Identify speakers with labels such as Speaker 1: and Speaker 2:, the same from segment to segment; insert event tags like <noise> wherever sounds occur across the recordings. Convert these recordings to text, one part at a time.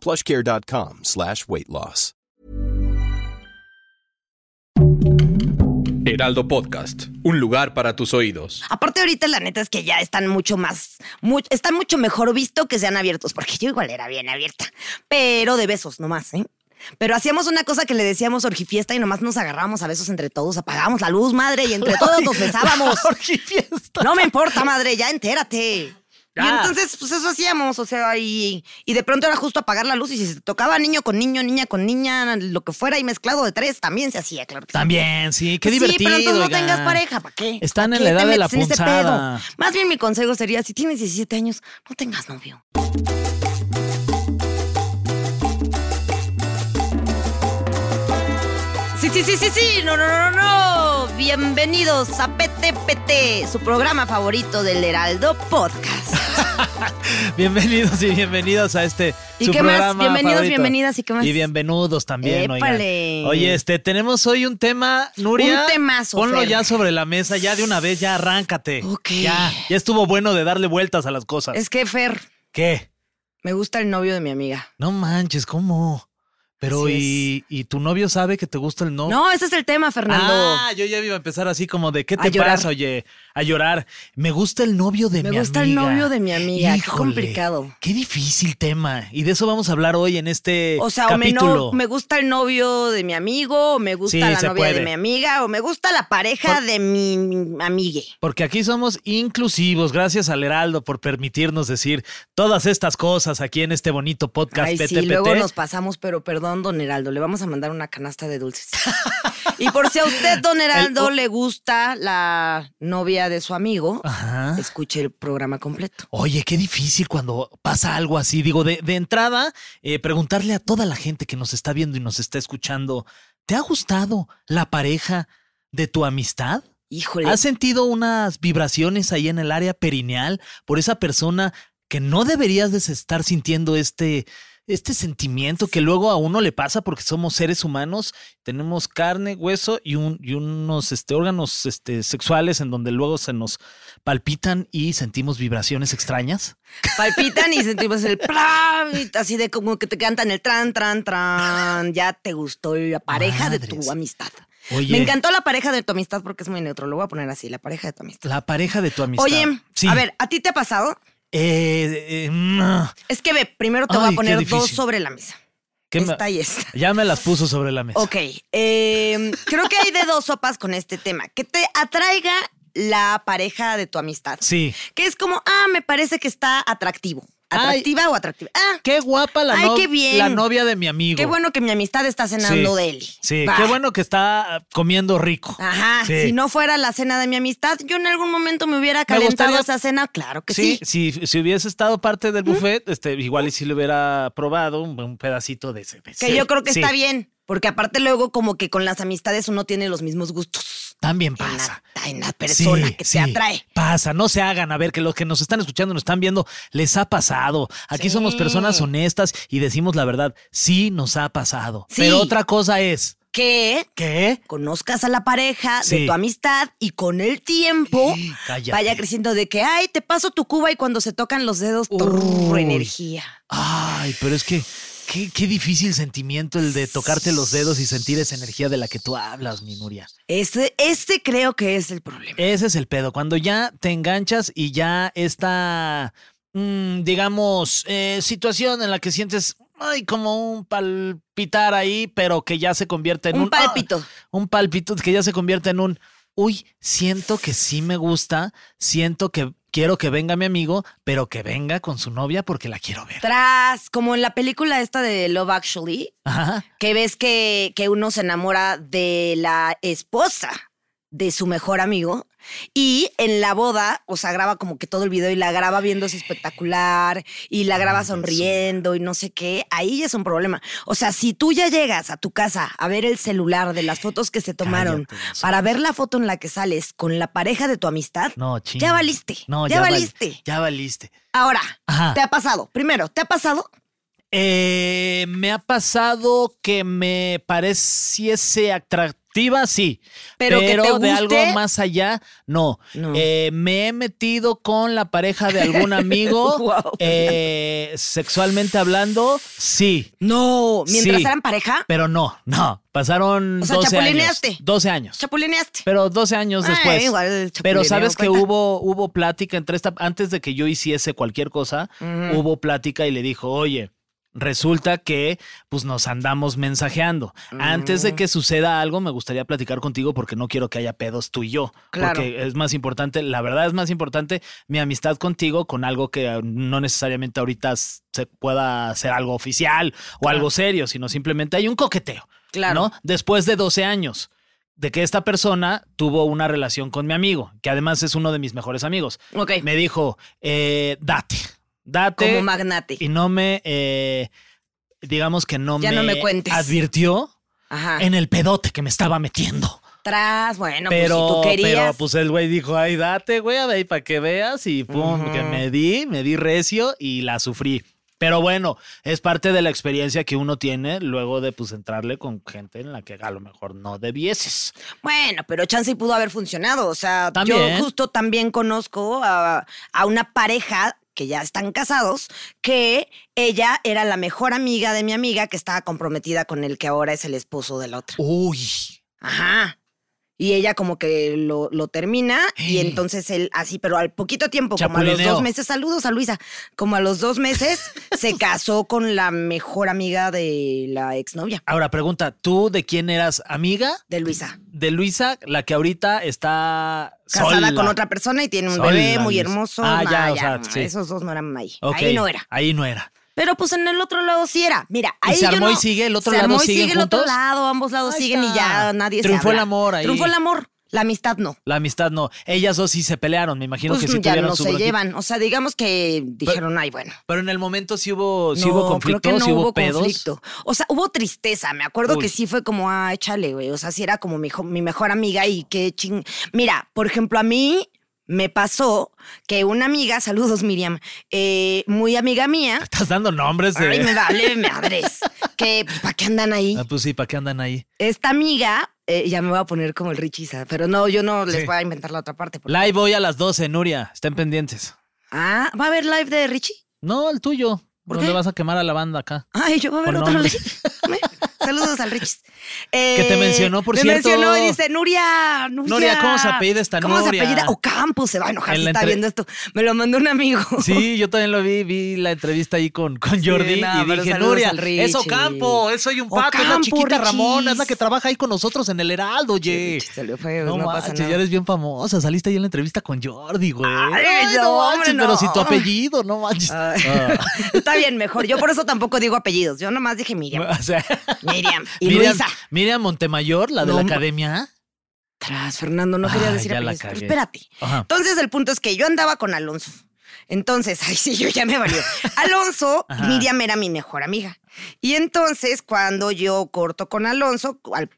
Speaker 1: Plushcare.com slash weight loss.
Speaker 2: Heraldo Podcast, un lugar para tus oídos.
Speaker 3: Aparte ahorita la neta es que ya están mucho más, much- están mucho mejor visto que sean abiertos, porque yo igual era bien abierta, pero de besos nomás, ¿eh? Pero hacíamos una cosa que le decíamos orgifiesta y nomás nos agarrábamos a besos entre todos, apagábamos la luz, madre, y entre todos nos besábamos. No me importa, madre, ya entérate. Y
Speaker 2: Ya.
Speaker 3: entonces, pues eso hacíamos, o sea, y, y de pronto era justo apagar la luz y si se tocaba niño con niño, niña con niña, lo que fuera y mezclado de tres, también se hacía, claro. que sí.
Speaker 4: También, sí, qué divertido.
Speaker 3: Sí, pero entonces no
Speaker 4: oigan.
Speaker 3: tengas pareja, ¿para qué?
Speaker 4: Están
Speaker 3: ¿Pa
Speaker 4: en
Speaker 3: qué
Speaker 4: la
Speaker 3: te
Speaker 4: edad de la
Speaker 3: metes en este
Speaker 4: punzada.
Speaker 3: pedo? Más bien mi consejo sería, si tienes 17 años, no tengas novio. Sí, sí, sí, sí, sí, no, no, no, no. no. Bienvenidos a PTPT, su programa favorito del Heraldo Podcast.
Speaker 4: <laughs> Bienvenidos y bienvenidas a este
Speaker 3: ¿Y
Speaker 4: su
Speaker 3: qué más?
Speaker 4: programa
Speaker 3: Bienvenidos,
Speaker 4: favorito.
Speaker 3: bienvenidas, ¿y qué más?
Speaker 4: Y bienvenidos también, oigan.
Speaker 3: Épale.
Speaker 4: Oye, este, tenemos hoy un tema, Nuria.
Speaker 3: Un temazo,
Speaker 4: Ponlo
Speaker 3: Fer.
Speaker 4: ya sobre la mesa, ya de una vez, ya arráncate.
Speaker 3: Ok.
Speaker 4: Ya, ya estuvo bueno de darle vueltas a las cosas.
Speaker 3: Es que, Fer,
Speaker 4: ¿Qué?
Speaker 3: me gusta el novio de mi amiga.
Speaker 4: No manches, ¿cómo? Pero
Speaker 3: Así
Speaker 4: y, y tu novio sabe que te gusta el novio?
Speaker 3: No, ese es el tema, Fernando.
Speaker 4: Ah, yo ya iba a empezar así como de ¿qué
Speaker 3: A
Speaker 4: te
Speaker 3: llorar.
Speaker 4: pasa, oye? A llorar. Me gusta el novio
Speaker 3: Me
Speaker 4: de mi amiga.
Speaker 3: gusta el novio de mi amiga, qué complicado.
Speaker 4: Qué difícil tema. Y de eso vamos a hablar hoy en este
Speaker 3: O sea, o me,
Speaker 4: capítulo.
Speaker 3: no- me gusta el novio de mi amigo, o me gusta
Speaker 4: Sí,
Speaker 3: la
Speaker 4: se
Speaker 3: novia de
Speaker 4: puede.
Speaker 3: mi amiga, o me gusta la pareja de mi amigue.
Speaker 4: Porque aquí somos inclusivos. Gracias al Heraldo por permitirnos decir todas estas cosas aquí en este bonito podcast
Speaker 3: Ay, sí,
Speaker 4: PTPT.
Speaker 3: luego nos pasamos, pero perdón, don Heraldo, le vamos a mandar una canasta de dulces. y por si a usted, don
Speaker 4: oh.
Speaker 3: Heraldo, le gusta la novia de su amigo,
Speaker 4: Ajá.
Speaker 3: escuche el programa completo.
Speaker 4: Oye, qué difícil cuando pasa algo así. Digo, de, de entrada, eh, preguntarle a toda la gente que nos está viendo y nos está escuchando, ¿te ha gustado la pareja de tu amistad?
Speaker 3: Híjole.
Speaker 4: ¿Has sentido unas vibraciones ahí en el área perineal por esa persona que no deberías de estar sintiendo este, este sentimiento que luego a uno le pasa porque somos seres humanos, tenemos carne, hueso y, un- y unos este, órganos este, sexuales en donde luego se nos palpitan y sentimos vibraciones extrañas?
Speaker 3: Palpitan y sentimos el plan, así de como que te cantan el tran, tran, tran. Ya te gustó la pareja de tu
Speaker 4: Madres.
Speaker 3: amistad.
Speaker 4: Oye.
Speaker 3: Me encantó la pareja de tu amistad porque es muy neutro. Lo voy a poner así, la pareja de tu amistad.
Speaker 4: La pareja de tu amistad.
Speaker 3: Oye,
Speaker 4: Sí.
Speaker 3: a ver, ¿a ti te ha pasado?
Speaker 4: Eh, eh, mm,
Speaker 3: Es que ve, primero te voy
Speaker 4: Ay,
Speaker 3: a
Speaker 4: qué
Speaker 3: poner
Speaker 4: difícil.
Speaker 3: dos sobre la mesa.
Speaker 4: ¿qué me-
Speaker 3: Esta y esta.
Speaker 4: <laughs> ya me las puso sobre la mesa.
Speaker 3: Ok, eh, creo que hay de dos sopas con este tema. Que te atraiga la pareja de tu amistad.
Speaker 4: Sí.
Speaker 3: Que es como, ah, me parece que está atractivo. ¿Atractiva o atractiva? Ah,
Speaker 4: Qué guapa la,
Speaker 3: Ay,
Speaker 4: no-
Speaker 3: qué bien.
Speaker 4: la novia de mi amigo.
Speaker 3: Qué bueno que mi amistad está cenando
Speaker 4: Sí,
Speaker 3: de él.
Speaker 4: Sí,
Speaker 3: Bah.
Speaker 4: qué bueno que está ah, comiendo rico.
Speaker 3: Ajá,
Speaker 4: Sí.
Speaker 3: si no fuera la cena de mi amistad, yo en algún momento me hubiera calentado
Speaker 4: gustaría-
Speaker 3: esa cena, claro que sí.
Speaker 4: Sí, Si, si hubiese estado parte del buffet, este, igual y si le hubiera probado un, un pedacito de ese. de
Speaker 3: Que
Speaker 4: ese.
Speaker 3: yo creo que
Speaker 4: Sí,
Speaker 3: está bien, porque aparte luego como que con las amistades uno tiene los mismos gustos.
Speaker 4: También
Speaker 3: En la-
Speaker 4: pasa.
Speaker 3: en la persona que
Speaker 4: sí,
Speaker 3: se atrae.
Speaker 4: Pasa, no se hagan. A ver, que los que nos están escuchando, nos están viendo, les ha pasado. Aquí somos personas honestas y decimos la verdad. Sí, nos ha pasado.
Speaker 3: Sí.
Speaker 4: Pero otra cosa es,
Speaker 3: Que
Speaker 4: ¿qué?
Speaker 3: conozcas a la pareja de
Speaker 4: Sí. Eh,
Speaker 3: tu amistad y con el tiempo
Speaker 4: cállate.
Speaker 3: vaya creciendo de que, ay, te paso tu cuba y cuando se tocan los dedos, tu
Speaker 4: Uy.
Speaker 3: energía.
Speaker 4: Ay, pero es que qué, qué difícil sentimiento el de tocarte los dedos y sentir esa energía de la que tú hablas, mi Nuria.
Speaker 3: Este, este creo que es el problema.
Speaker 4: Ese es el pedo. Cuando ya te enganchas y ya esta, mm, digamos, eh, situación en la que sientes, ay, como un palpitar ahí, pero que ya se convierte en un,
Speaker 3: Un palpito.
Speaker 4: ah, un palpito que ya se convierte en un, uy, siento que sí me gusta, siento que quiero que venga mi amigo, pero que venga con su novia porque la quiero ver.
Speaker 3: Tras, como en la película esta de Love Actually,
Speaker 4: Ajá.
Speaker 3: que ves que, que uno se enamora de la esposa de su mejor amigo. Y en la boda, o sea, graba como que todo el video y la graba viéndose espectacular y la graba sonriendo y no sé qué. Ahí ya es un problema. O sea, si tú ya llegas a tu casa a ver el celular de las fotos que se tomaron
Speaker 4: Cállate, Gonzalo.
Speaker 3: para ver la foto en la que sales con la pareja de tu amistad,
Speaker 4: No, ching.
Speaker 3: ya valiste.
Speaker 4: No,
Speaker 3: ya,
Speaker 4: val-
Speaker 3: valiste.
Speaker 4: ya valiste.
Speaker 3: Ahora,
Speaker 4: Ajá.
Speaker 3: ¿te ha pasado? Primero, ¿te ha pasado?
Speaker 4: Eh, me ha pasado que me pareciese atractiva, sí.
Speaker 3: Pero que te
Speaker 4: de
Speaker 3: guste. Mm.
Speaker 4: algo más allá, no.
Speaker 3: No.
Speaker 4: Eh, me he metido con la pareja de algún
Speaker 3: <laughs>
Speaker 4: amigo,
Speaker 3: <laughs> Guau,
Speaker 4: eh, sexualmente hablando, sí.
Speaker 3: No, mientras
Speaker 4: Sí.
Speaker 3: eran pareja,
Speaker 4: Pero no, no. Pasaron
Speaker 3: O sea,
Speaker 4: 12 años.
Speaker 3: chapulineaste.
Speaker 4: 12 años.
Speaker 3: chapulineaste.
Speaker 4: Pero 12 años
Speaker 3: Ay,
Speaker 4: después.
Speaker 3: Ah, igual el
Speaker 4: pero
Speaker 3: chapulineo
Speaker 4: sabes que
Speaker 3: cuenta.
Speaker 4: hubo, hubo plática entre esta. Antes de que yo hiciese cualquier cosa,
Speaker 3: Ujú.
Speaker 4: hubo plática y le dijo, oye. Resulta que pues nos andamos mensajeando. Antes
Speaker 3: Mm.
Speaker 4: de que suceda algo, me gustaría platicar contigo porque no quiero que haya pedos tú y yo.
Speaker 3: Claro.
Speaker 4: Porque es más importante, la verdad es más importante mi amistad contigo con algo que eh, no necesariamente ahorita s- se pueda hacer algo oficial o algo serio, sino simplemente hay un coqueteo.
Speaker 3: Claro.
Speaker 4: ¿no? Después de 12 años de que esta persona tuvo una relación con mi amigo, que además es uno de mis mejores amigos.
Speaker 3: Ok.
Speaker 4: Me dijo, eh, date, date.
Speaker 3: Como magnate.
Speaker 4: y no me, eh, digamos que no
Speaker 3: Ya
Speaker 4: me,
Speaker 3: no me cuentes. Ah.
Speaker 4: advirtió
Speaker 3: Ajá.
Speaker 4: en el pedote que me estaba metiendo.
Speaker 3: Atrás, bueno,
Speaker 4: pero,
Speaker 3: pues si tú querías.
Speaker 4: pero pues el güey dijo, ay, date, güey, a ver, para que veas. Y pum, que me di, me di recio y la sufrí. Pero bueno, es parte de la experiencia que uno tiene luego de pues entrarle con gente en la que a lo mejor no debieses.
Speaker 3: Bueno, pero chance y pudo haber funcionado. O sea,
Speaker 4: También.
Speaker 3: yo justo también conozco a, a una pareja que ya están casados, que ella era la mejor amiga de mi amiga que estaba comprometida con el que ahora es el esposo de la otra.
Speaker 4: Uy.
Speaker 3: Ajá. Y ella como que lo, lo termina y entonces él así, pero al poquito tiempo, como a los
Speaker 4: Eh. Chapulineo.
Speaker 3: dos meses, saludos a Luisa, como a los dos meses
Speaker 4: <laughs>
Speaker 3: se casó con la mejor amiga de la exnovia,
Speaker 4: Ahora pregunta, ¿tú de quién eras amiga?
Speaker 3: de Luisa.
Speaker 4: De Luisa, la que ahorita está
Speaker 3: Casada
Speaker 4: sola.
Speaker 3: con otra persona y tiene un
Speaker 4: Sola,
Speaker 3: bebé muy
Speaker 4: Luisa.
Speaker 3: hermoso.
Speaker 4: Ah,
Speaker 3: No,
Speaker 4: ya, o sea, sí.
Speaker 3: Esos dos no eran ahí.
Speaker 4: Ok,
Speaker 3: Ahí no era.
Speaker 4: Ahí no era.
Speaker 3: Pero pues en el otro lado sí era. Mira,
Speaker 4: ¿Y
Speaker 3: ahí
Speaker 4: se
Speaker 3: yo
Speaker 4: armó y
Speaker 3: no-
Speaker 4: sigue? ¿El otro
Speaker 3: se
Speaker 4: lado
Speaker 3: armó y
Speaker 4: siguen
Speaker 3: sigue el otro
Speaker 4: juntos?
Speaker 3: lado, ambos lados
Speaker 4: Ahí
Speaker 3: siguen y ya
Speaker 4: está.
Speaker 3: nadie se
Speaker 4: Triunfó el
Speaker 3: habla.
Speaker 4: amor ahí.
Speaker 3: Triunfó el amor. La amistad no.
Speaker 4: La amistad no. Ellas dos sí se pelearon, me imagino
Speaker 3: Pues
Speaker 4: que sí
Speaker 3: ya
Speaker 4: tuvieron
Speaker 3: no
Speaker 4: su
Speaker 3: se
Speaker 4: bronquita.
Speaker 3: llevan. O sea, digamos que dijeron, ay, bueno.
Speaker 4: Pero en el momento sí hubo, sí
Speaker 3: no,
Speaker 4: hubo
Speaker 3: creo
Speaker 4: conflicto,
Speaker 3: que no
Speaker 4: sí hubo, pedos.
Speaker 3: conflicto. O sea, hubo tristeza. Me acuerdo
Speaker 4: Uy.
Speaker 3: que sí fue como, ah, échale, güey. O sea, sí era como mi, jo- mi mejor amiga y qué ching. Mira, por ejemplo, a mí me pasó que una amiga, saludos Miriam, eh, muy amiga mía,
Speaker 4: <laughs> <laughs> Estás dando nombres de.
Speaker 3: ay, me vale madres, que pues, ¿para qué andan ahí?
Speaker 4: <laughs> Ah, pues sí, ¿para qué andan ahí?
Speaker 3: Esta amiga, eh, ya me voy a poner como el Richiza, pero no, yo no les
Speaker 4: Sí.
Speaker 3: voy a inventar la otra parte. porque-
Speaker 4: Live voy a las 12, Nuria. Estén pendientes.
Speaker 3: Ah, ¿va a haber live de Richie?
Speaker 4: No, el tuyo.
Speaker 3: ¿Por
Speaker 4: donde
Speaker 3: qué?
Speaker 4: vas a quemar a la
Speaker 3: <laughs>
Speaker 4: banda acá?
Speaker 3: Ay, yo voy a ver
Speaker 4: Por
Speaker 3: otro
Speaker 4: nombres.
Speaker 3: live. Saludos al Richis. Eh,
Speaker 4: Que te mencionó, por
Speaker 3: me
Speaker 4: cierto.
Speaker 3: Me mencionó y dice, Nuria, Nuria.
Speaker 4: Nuria, ¿cómo se apellida esta
Speaker 3: ¿Cómo se
Speaker 4: Nuria?
Speaker 3: apellida? Ocampo se va a enojar
Speaker 4: En
Speaker 3: si
Speaker 4: la
Speaker 3: está
Speaker 4: entre-
Speaker 3: viendo esto. Me lo mandó un amigo.
Speaker 4: Sí, yo también lo vi. Vi la entrevista ahí con, con Jordi
Speaker 3: no,
Speaker 4: y
Speaker 3: pero
Speaker 4: dije,
Speaker 3: saludos
Speaker 4: Nuria,
Speaker 3: al Richie.
Speaker 4: es Ocampo, es Soy un Pato, es la
Speaker 3: Ocampo,
Speaker 4: chiquita
Speaker 3: Richis.
Speaker 4: Ramón, es la que trabaja ahí con nosotros en el Heraldo,
Speaker 3: Richie,
Speaker 4: oye.
Speaker 3: salió feo,
Speaker 4: No,
Speaker 3: pues, no pasa
Speaker 4: manches,
Speaker 3: nada.
Speaker 4: ya eres bien famosa. Saliste ahí en la entrevista con Jordi, güey.
Speaker 3: Ay,
Speaker 4: no
Speaker 3: no,
Speaker 4: manches,
Speaker 3: hombre,
Speaker 4: pero
Speaker 3: no.
Speaker 4: si tu apellido, no manches. Ah,
Speaker 3: Ay,
Speaker 4: <laughs>
Speaker 3: Está bien, mejor. Yo por eso tampoco digo apellidos. Yo nomás dije
Speaker 4: <laughs>
Speaker 3: Miriam.
Speaker 4: O sea,
Speaker 3: Miriam. Y
Speaker 4: Miriam,
Speaker 3: Luisa.
Speaker 4: Miriam Montemayor, la de la
Speaker 3: No, ma-
Speaker 4: academia.
Speaker 3: Tras, Fernando, no quería
Speaker 4: Ay,
Speaker 3: decir
Speaker 4: ya la
Speaker 3: apellidos. Pero
Speaker 4: cagué.
Speaker 3: espérate.
Speaker 4: Ajá.
Speaker 3: Entonces, el punto es que yo andaba con Alonso. Entonces, <laughs> ay, sí, yo ya me valió. Alonso,
Speaker 4: <laughs> Ajá.
Speaker 3: Miriam era mi mejor amiga. Y entonces, cuando yo corto con Alonso, al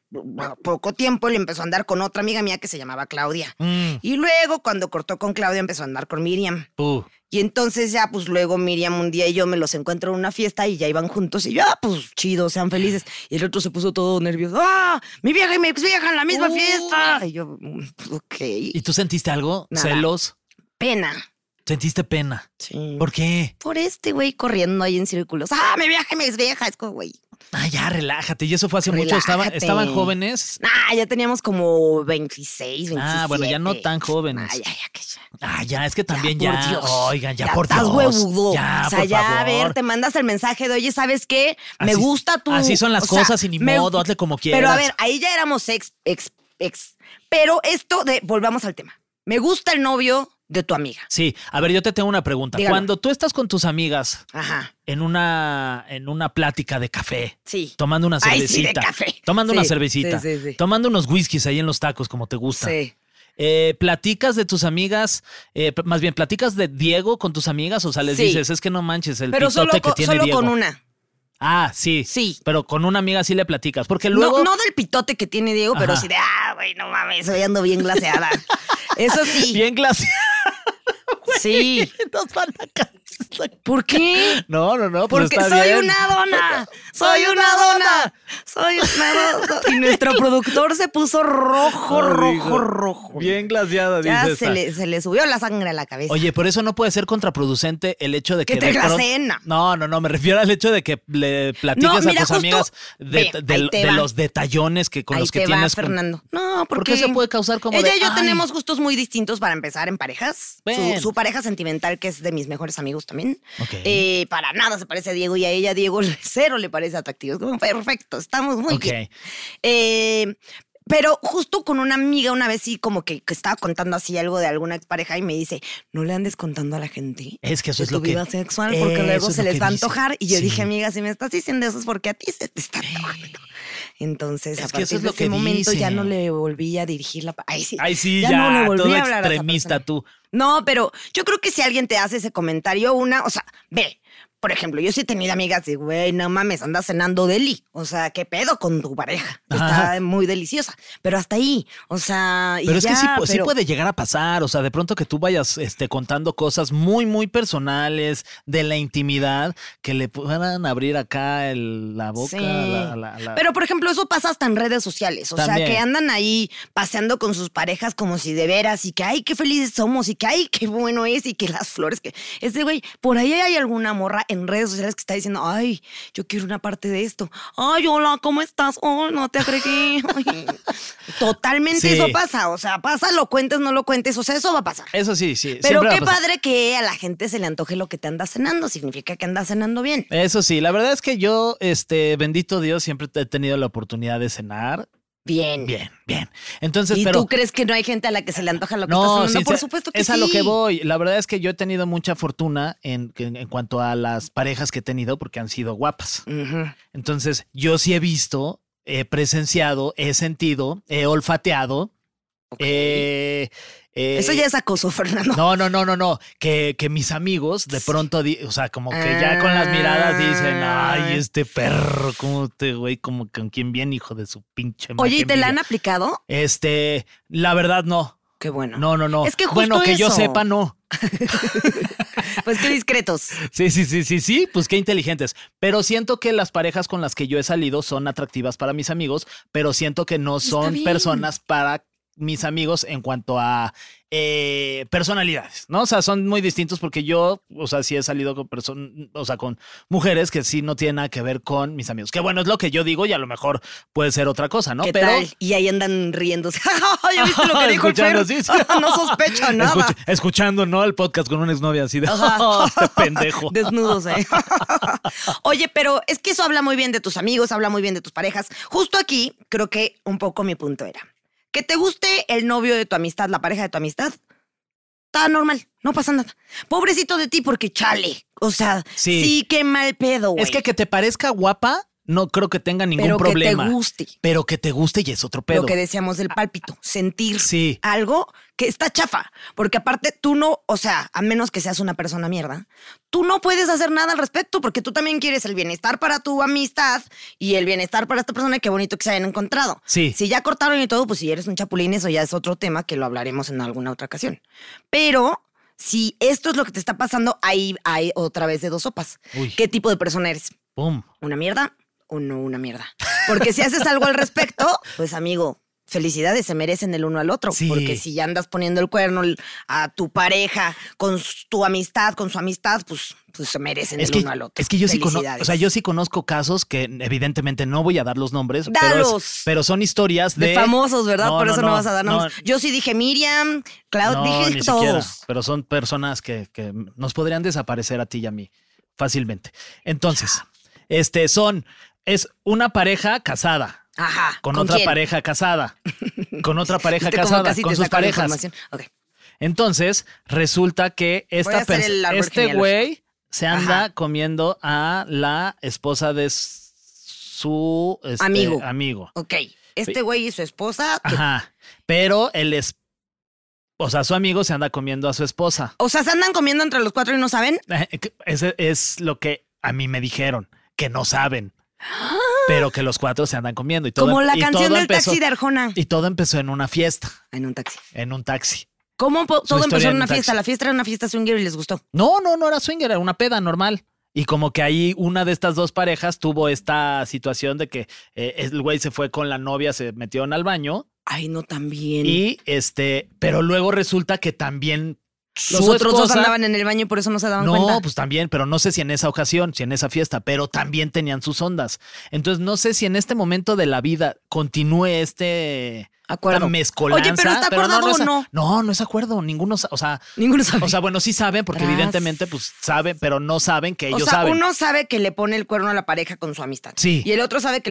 Speaker 3: poco tiempo él empezó a andar con otra amiga mía que se llamaba Claudia.
Speaker 4: Mm,
Speaker 3: Y luego, cuando cortó con Claudia, empezó a andar con Miriam.
Speaker 4: pu.
Speaker 3: Y entonces ya, pues luego Miriam un día y yo me los encuentro en una fiesta y ya iban juntos y yo, ah, pues chido, sean felices. Y el otro se puso todo nervioso. ¡Ah! Mi vieja y mi ex vieja en la misma
Speaker 4: Uh.
Speaker 3: fiesta. Y yo, mm, ok.
Speaker 4: ¿Y tú sentiste algo?
Speaker 3: Nada.
Speaker 4: ¿Celos?
Speaker 3: Pena.
Speaker 4: ¿Sentiste pena?
Speaker 3: Sí.
Speaker 4: ¿Por qué?
Speaker 3: por este güey corriendo ahí en círculos. ¡Ah, mi vieja y mi vieja! Es como, güey.
Speaker 4: Ah, ya, relájate. Y eso fue hace mucho. Estaban,
Speaker 3: Relájate.
Speaker 4: estaban jóvenes.
Speaker 3: Nah, ya teníamos como 26, 27.
Speaker 4: Ah, bueno, ya no tan jóvenes.
Speaker 3: Ay, ay, ay, que ya.
Speaker 4: Ah, ya, es que también
Speaker 3: por
Speaker 4: ya.
Speaker 3: Dios.
Speaker 4: Oigan, ya, por
Speaker 3: estás
Speaker 4: Dios.
Speaker 3: huevudo.
Speaker 4: Ya,
Speaker 3: o sea,
Speaker 4: por
Speaker 3: ya,
Speaker 4: favor.
Speaker 3: a ver, te mandas el mensaje de, oye, ¿sabes qué? Me
Speaker 4: Así-
Speaker 3: gusta tu...
Speaker 4: así son las
Speaker 3: o sea,
Speaker 4: cosas y ni modo, hazle como
Speaker 3: Pero
Speaker 4: quieras.
Speaker 3: a ver, ahí ya éramos ex, ex, ex. Pero esto de... Volvamos al tema. Me gusta el novio, de tu amiga.
Speaker 4: Sí, a ver, yo te tengo una pregunta.
Speaker 3: Dígame.
Speaker 4: Cuando tú estás con tus amigas
Speaker 3: Ajá.
Speaker 4: en una, en una plática de café,
Speaker 3: Sí.
Speaker 4: tomando una
Speaker 3: Ay, sí, de
Speaker 4: cervecita,
Speaker 3: café.
Speaker 4: tomando
Speaker 3: Sí,
Speaker 4: una
Speaker 3: sí,
Speaker 4: cervecita,
Speaker 3: sí, sí.
Speaker 4: tomando unos whiskies ahí en los tacos como te gusta.
Speaker 3: Sí.
Speaker 4: Eh, ¿Platicas de tus amigas? eh, p- más bien, ¿platicas de Diego con tus amigas? O sea, les
Speaker 3: Sí.
Speaker 4: dices, es que no manches el
Speaker 3: Pero
Speaker 4: pitote
Speaker 3: solo,
Speaker 4: que
Speaker 3: co-
Speaker 4: tiene
Speaker 3: solo
Speaker 4: Diego.
Speaker 3: con una.
Speaker 4: Ah, sí.
Speaker 3: Sí.
Speaker 4: Pero con una amiga sí le platicas. Porque luego.
Speaker 3: no, no del pitote que tiene Diego, pero
Speaker 4: Ajá.
Speaker 3: sí de, ah, güey, no mames, hoy ando bien <laughs> glaseada. Eso sí.
Speaker 4: Bien glacial.
Speaker 3: Sí.
Speaker 4: Nos van a cancelar.
Speaker 3: ¿Por <laughs> qué?
Speaker 4: <laughs> No, no, no. pero
Speaker 3: Porque
Speaker 4: está
Speaker 3: soy
Speaker 4: bien.
Speaker 3: una dona, Pues <laughs> soy una dona, soy una dona. <laughs> Y nuestro productor se puso rojo,
Speaker 4: No,
Speaker 3: rojo,
Speaker 4: dijo,
Speaker 3: rojo.
Speaker 4: Bien glaciada, dice.
Speaker 3: Ya
Speaker 4: esta.
Speaker 3: se le, se le subió la sangre a la cabeza.
Speaker 4: Oye, por eso no puede ser contraproducente el hecho de que.
Speaker 3: Que te
Speaker 4: de pronto-
Speaker 3: glaseen, no.
Speaker 4: No, no, no. Me refiero al hecho de que le platiques
Speaker 3: No,
Speaker 4: a
Speaker 3: mira,
Speaker 4: tus
Speaker 3: justo-
Speaker 4: amigas de,
Speaker 3: Ve,
Speaker 4: de-
Speaker 3: ahí te
Speaker 4: de
Speaker 3: va.
Speaker 4: los detallones que con
Speaker 3: Ahí
Speaker 4: los que
Speaker 3: te va,
Speaker 4: tienes. con-
Speaker 3: Fernando. No,
Speaker 4: ¿Por
Speaker 3: porque
Speaker 4: qué se puede causar como
Speaker 3: Ella
Speaker 4: de,
Speaker 3: y yo
Speaker 4: "Ay"?
Speaker 3: tenemos gustos muy distintos para empezar en parejas. Su-
Speaker 4: Bueno.
Speaker 3: Su, pareja sentimental, que es de mis mejores amigos también.
Speaker 4: Ok.
Speaker 3: eh, para nada se parece a Diego y a ella Diego <laughs> cero le parece atractivo. Es como, perfecto, estamos muy
Speaker 4: Ok.
Speaker 3: bien. Eh, pero justo con una amiga una vez sí como que, que estaba contando así algo de alguna expareja y me dice, no le andes contando a la gente.
Speaker 4: Es que eso
Speaker 3: de
Speaker 4: es
Speaker 3: tu
Speaker 4: lo que-
Speaker 3: vida sexual porque
Speaker 4: eso
Speaker 3: luego
Speaker 4: es
Speaker 3: se
Speaker 4: lo
Speaker 3: les
Speaker 4: que
Speaker 3: va a
Speaker 4: dice.
Speaker 3: antojar. Y yo
Speaker 4: Sí.
Speaker 3: dije, amiga, si me estás diciendo eso es porque a ti se te está antojando. Entonces,
Speaker 4: Es
Speaker 3: a
Speaker 4: que
Speaker 3: partir
Speaker 4: eso es
Speaker 3: de
Speaker 4: lo
Speaker 3: ese
Speaker 4: que
Speaker 3: momento ya
Speaker 4: dicen.
Speaker 3: no le volví a dirigir la... pa- Ay, sí.
Speaker 4: Ay, sí, ya.
Speaker 3: no le volví
Speaker 4: todo
Speaker 3: a hablar a esa
Speaker 4: extremista
Speaker 3: persona.
Speaker 4: tú.
Speaker 3: No, pero yo creo que si alguien te hace ese comentario, una, o sea, ve, por ejemplo, yo sí he tenido amigas de, güey, no mames, andas cenando deli. O sea, ¿qué pedo con tu pareja? Está
Speaker 4: Ajá.
Speaker 3: muy deliciosa. Pero hasta ahí, o sea, y
Speaker 4: Pero es que sí,
Speaker 3: ya,
Speaker 4: pu- sí
Speaker 3: pero-
Speaker 4: puede llegar a pasar, o sea, de pronto que tú vayas este, contando cosas muy, muy personales de la intimidad que le puedan abrir acá el- la boca.
Speaker 3: Sí.
Speaker 4: la- la- la-
Speaker 3: Pero, por ejemplo, eso pasa hasta en redes sociales. O
Speaker 4: También.
Speaker 3: sea, que andan ahí paseando con sus parejas como si de veras y que, ay, qué felices somos y que, ay, qué bueno es y que las flores. que Ese güey, por ahí hay alguna morra en redes sociales que está diciendo, ay, yo quiero una parte de esto. Ay, hola, ¿cómo estás? Oh, no te <laughs> agregué. Ay. Totalmente
Speaker 4: Sí.
Speaker 3: eso pasa. O sea, pasa, lo cuentes, no lo cuentes. O sea, eso va a pasar.
Speaker 4: Eso sí, sí.
Speaker 3: Pero
Speaker 4: Eh, siempre va a
Speaker 3: qué
Speaker 4: pasar.
Speaker 3: padre que a la gente se le antoje lo que te anda cenando. Significa que anda cenando bien.
Speaker 4: Eso sí, la verdad es que yo, este, bendito Dios, siempre he tenido la oportunidad de cenar.
Speaker 3: Bien.
Speaker 4: Bien, bien. Entonces,
Speaker 3: ¿Y
Speaker 4: pero.
Speaker 3: tú crees que no hay gente a la que se le antoja lo que está
Speaker 4: No,
Speaker 3: sonando?
Speaker 4: sí,
Speaker 3: por
Speaker 4: sí,
Speaker 3: supuesto que
Speaker 4: es
Speaker 3: sí.
Speaker 4: a lo que voy. La verdad es que yo he tenido mucha fortuna en, en- en cuanto a las parejas que he tenido porque han sido guapas.
Speaker 3: Ujú.
Speaker 4: Eh, Entonces, yo sí he visto, he presenciado, he sentido, he olfateado. eh, eh,
Speaker 3: Eso ya es acoso, <laughs> Fernando.
Speaker 4: No, no, no, no, no. Que, que mis amigos de pronto, di- o sea, como que ya con las miradas dicen,
Speaker 3: Ah.
Speaker 4: ay, este perro, como te, güey, como con quién viene, hijo de su pinche madre.
Speaker 3: Oye, ¿y
Speaker 4: qué
Speaker 3: te la han
Speaker 4: envidia".
Speaker 3: aplicado?
Speaker 4: Este, la verdad, no.
Speaker 3: Qué bueno.
Speaker 4: No, no, no.
Speaker 3: Es que justo
Speaker 4: bueno, que yo
Speaker 3: eso.
Speaker 4: sepa, no.
Speaker 3: Pues qué discretos.
Speaker 4: Sí, sí, sí, sí, sí, pues qué inteligentes. Pero siento que las parejas con las que yo he salido son atractivas para mis amigos, pero siento que no son
Speaker 3: bien.
Speaker 4: personas para mis amigos en cuanto a eh, personalidades, ¿no? O sea, son muy distintos porque yo, o sea, sí he salido con personas, o sea, con mujeres que sí no tienen nada que ver con mis amigos. Que bueno, es lo que yo digo y a lo mejor puede ser otra cosa, ¿no?
Speaker 3: ¿Qué
Speaker 4: pero <laughs>
Speaker 3: tal? Y ahí andan riéndose. <laughs> ¿Ya viste lo que dijo el
Speaker 4: Escuchando,
Speaker 3: Fer?
Speaker 4: sí, sí.
Speaker 3: <laughs> no
Speaker 4: <laughs>
Speaker 3: sospecho nada.
Speaker 4: Escucha- escuchando, ¿no? El podcast con una exnovia así de <laughs>
Speaker 3: Ajá.
Speaker 4: este <laughs> pendejo.
Speaker 3: Desnudos, ¿eh? <laughs> Oye, pero es que eso habla muy bien de tus amigos, habla muy bien de tus parejas. Justo aquí, creo que un poco mi punto era. Que te guste el novio de tu amistad, la pareja de tu amistad, está normal, no pasa nada. Pobrecito de ti, porque chale. O sea,
Speaker 4: Sí.
Speaker 3: sí, qué mal pedo, güey.
Speaker 4: Es que que te parezca guapa, no creo que tenga ningún
Speaker 3: pero
Speaker 4: problema.
Speaker 3: que te guste.
Speaker 4: Pero que te guste y es otro pedo. Ah,
Speaker 3: Lo que decíamos del pálpito, sentir
Speaker 4: Sí.
Speaker 3: algo que está chafa. Porque aparte tú no, o sea, a menos que seas una persona mierda, tú no puedes hacer nada al respecto porque tú también quieres el bienestar para tu amistad y el bienestar para esta persona y qué bonito que se hayan encontrado.
Speaker 4: Sí.
Speaker 3: Si ya cortaron y todo, pues si eres un chapulín, eso ya es otro tema que lo hablaremos en alguna otra ocasión. Pero... Si esto es lo que te está pasando, ahí hay otra vez de dos sopas.
Speaker 4: Uy.
Speaker 3: ¿Qué tipo de persona eres?
Speaker 4: Pum.
Speaker 3: una mierda o no una mierda. Porque si haces algo al respecto, pues amigo, felicidades, se merecen el uno al otro.
Speaker 4: Sí.
Speaker 3: Porque si ya andas poniendo el cuerno a tu pareja con s- tu amistad, con su amistad, pues, pues se merecen
Speaker 4: Es
Speaker 3: el
Speaker 4: que,
Speaker 3: uno al otro.
Speaker 4: es que yo sí conozco,
Speaker 3: Felicidades.
Speaker 4: o sea, yo sí conozco casos que evidentemente no voy a dar los nombres, pero, es-
Speaker 3: Dalos.
Speaker 4: pero son historias de,
Speaker 3: De famosos, ¿verdad?
Speaker 4: No,
Speaker 3: Por
Speaker 4: no,
Speaker 3: eso no, vas a dar nombres.
Speaker 4: no,
Speaker 3: Yo sí dije Miriam, Cloud,
Speaker 4: no,
Speaker 3: dije
Speaker 4: ni
Speaker 3: todos.
Speaker 4: siquiera, pero son personas que, que nos podrían desaparecer a ti y a mí fácilmente. Entonces, este son es una pareja casada
Speaker 3: Ajá.
Speaker 4: con, otra
Speaker 3: quién?
Speaker 4: pareja casada, con otra pareja
Speaker 3: Viste cómo <laughs>
Speaker 4: casada,
Speaker 3: casi
Speaker 4: con
Speaker 3: te
Speaker 4: sus
Speaker 3: saco la
Speaker 4: parejas.
Speaker 3: información. Ok.
Speaker 4: Entonces, resulta que
Speaker 3: Voy a
Speaker 4: esta
Speaker 3: hacer
Speaker 4: pers-
Speaker 3: el árbol
Speaker 4: este
Speaker 3: genealógico.
Speaker 4: güey se anda
Speaker 3: Ajá.
Speaker 4: comiendo a la esposa de s- su este,
Speaker 3: Amigo.
Speaker 4: amigo.
Speaker 3: Ok. Este güey y su esposa. que-
Speaker 4: Ajá. Pero el es. O sea, su amigo se anda comiendo a su esposa. Eh,
Speaker 3: O sea, se andan comiendo entre los cuatro y no saben.
Speaker 4: Ese es lo que a mí me dijeron, que
Speaker 3: <gasps>
Speaker 4: no saben. Pero que los cuatro se andan comiendo. Y todo, em-
Speaker 3: como la
Speaker 4: y
Speaker 3: canción
Speaker 4: todo
Speaker 3: del
Speaker 4: empezó-
Speaker 3: taxi de Arjona.
Speaker 4: Y todo empezó en una fiesta,
Speaker 3: En un taxi.
Speaker 4: en un taxi.
Speaker 3: ¿Cómo po- todo
Speaker 4: historia
Speaker 3: empezó
Speaker 4: en
Speaker 3: en una
Speaker 4: un taxi.
Speaker 3: fiesta? La fiesta era una fiesta swinger y les gustó.
Speaker 4: No, no, no era swinger, era una peda normal. Y como que ahí una de estas dos parejas tuvo esta situación de que eh, el güey se fue con la novia, se metieron al baño
Speaker 3: Ay, no, también.
Speaker 4: y este, pero luego resulta que también
Speaker 3: los
Speaker 4: su
Speaker 3: otros dos
Speaker 4: esposa-
Speaker 3: andaban en el baño y por eso no se daban
Speaker 4: No,
Speaker 3: cuenta.
Speaker 4: pues también, pero no sé si en esa ocasión, si en esa fiesta, pero también tenían sus ondas. Entonces no sé si en este momento de la vida continúe este
Speaker 3: Acuerdo.
Speaker 4: esta mezcolanza.
Speaker 3: Oye, pero ¿está
Speaker 4: no,
Speaker 3: acordado
Speaker 4: no es a-
Speaker 3: o no?
Speaker 4: No, no es acuerdo. Ninguno, sa- o sea,
Speaker 3: Ninguno sabe.
Speaker 4: o sea, bueno, sí saben, porque
Speaker 3: Tras.
Speaker 4: evidentemente, pues saben, pero no saben que
Speaker 3: O
Speaker 4: ellos
Speaker 3: sea,
Speaker 4: saben.
Speaker 3: uno sabe que le pone el cuerno a la pareja con su amistad.
Speaker 4: Sí.
Speaker 3: Y el otro sabe que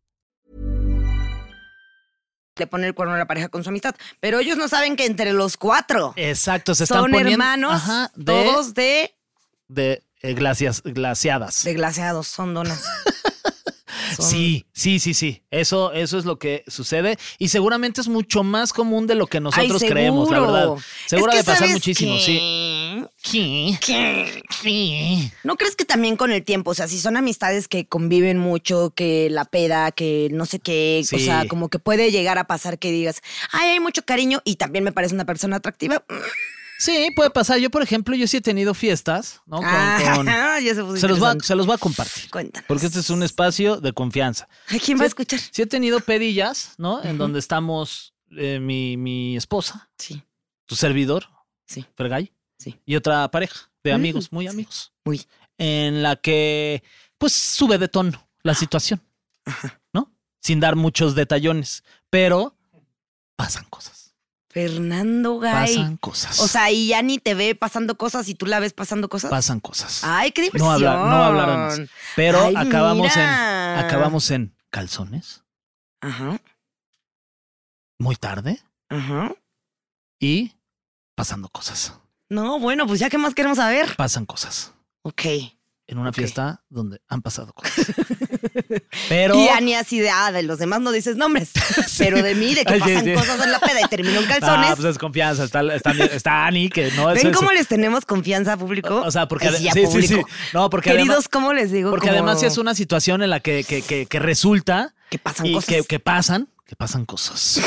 Speaker 3: le pone el cuerno a la pareja con su amistad. Pero ellos no saben que entre los cuatro
Speaker 4: Exacto, Eh, se están
Speaker 3: son
Speaker 4: poniendo.
Speaker 3: hermanos,
Speaker 4: Ajá, de,
Speaker 3: todos de,
Speaker 4: de eh, glacias- glaciadas.
Speaker 3: de glaseados, son
Speaker 4: <laughs>
Speaker 3: donas. Son-
Speaker 4: Sí, sí, sí, sí. Eso, eso es lo que sucede. Y seguramente es mucho más común de lo que nosotros
Speaker 3: Ay,
Speaker 4: creemos, la
Speaker 3: seguro.
Speaker 4: verdad.
Speaker 3: Es
Speaker 4: Seguro
Speaker 3: que
Speaker 4: de pasar
Speaker 3: ¿sabes
Speaker 4: muchísimo,
Speaker 3: qué?
Speaker 4: sí. Sí. Sí.
Speaker 3: ¿No crees que también con el tiempo, o sea, si son amistades que conviven mucho, que la peda, que no sé qué, o
Speaker 4: Sí.
Speaker 3: sea, como que puede llegar a pasar que digas, ay, hay mucho cariño y también me parece una persona atractiva?
Speaker 4: Sí, puede pasar. Yo, por ejemplo, yo sí he tenido fiestas, ¿no? Oh, Con- con-
Speaker 3: Ah, <laughs> ya se puso
Speaker 4: se, los va,
Speaker 3: interesante.
Speaker 4: se los va a compartir.
Speaker 3: Cuéntanos.
Speaker 4: Porque este es un espacio de confianza.
Speaker 3: Ay, ¿Quién va a
Speaker 4: Sí-
Speaker 3: escuchar?
Speaker 4: Sí he tenido pedillas, ¿no? En donde estamos eh, mi, mi esposa,
Speaker 3: Sí,
Speaker 4: tu servidor,
Speaker 3: Sí.
Speaker 4: Fergay,
Speaker 3: Sí.
Speaker 4: y otra pareja de
Speaker 3: Mm,
Speaker 4: amigos, muy amigos,
Speaker 3: uy.
Speaker 4: en la que pues sube de tono la situación, ¿no? Sin dar muchos detallones, pero pasan cosas.
Speaker 3: Fernando Gay.
Speaker 4: Pasan cosas.
Speaker 3: O sea, y ya ni te ve pasando cosas y tú la ves pasando cosas.
Speaker 4: pasan cosas.
Speaker 3: Ay, qué diversión.
Speaker 4: no, habla- no hablaron más. Pero
Speaker 3: Ay,
Speaker 4: acabamos
Speaker 3: mira.
Speaker 4: en acabamos en calzones,
Speaker 3: Ajá,
Speaker 4: muy tarde
Speaker 3: ajá.
Speaker 4: y pasando cosas.
Speaker 3: No, bueno, pues ya qué más queremos saber.
Speaker 4: Pasan cosas.
Speaker 3: Ok.
Speaker 4: en una
Speaker 3: Ok.
Speaker 4: fiesta donde han pasado cosas.
Speaker 3: <laughs>
Speaker 4: Pero
Speaker 3: Y ya ni así de, ah, de los demás no dices nombres. Pero de mí, de que
Speaker 4: Ay, <laughs> sí,
Speaker 3: pasan
Speaker 4: sí.
Speaker 3: cosas en la peda y terminó en
Speaker 4: <laughs> Ah,
Speaker 3: calzones.
Speaker 4: pues es confianza, está, está, está Ani, que no es
Speaker 3: ¿Ven
Speaker 4: es-
Speaker 3: cómo les tenemos confianza, público?
Speaker 4: O sea, porque
Speaker 3: Es
Speaker 4: ade-
Speaker 3: ya
Speaker 4: sí, sí, sí.
Speaker 3: público.
Speaker 4: No, porque
Speaker 3: Queridos,
Speaker 4: además-
Speaker 3: ¿cómo les digo?
Speaker 4: porque
Speaker 3: Como
Speaker 4: además sí es una situación en la que, que, que- que resulta
Speaker 3: Que pasan
Speaker 4: y
Speaker 3: cosas.
Speaker 4: Que, que pasan, que pasan cosas.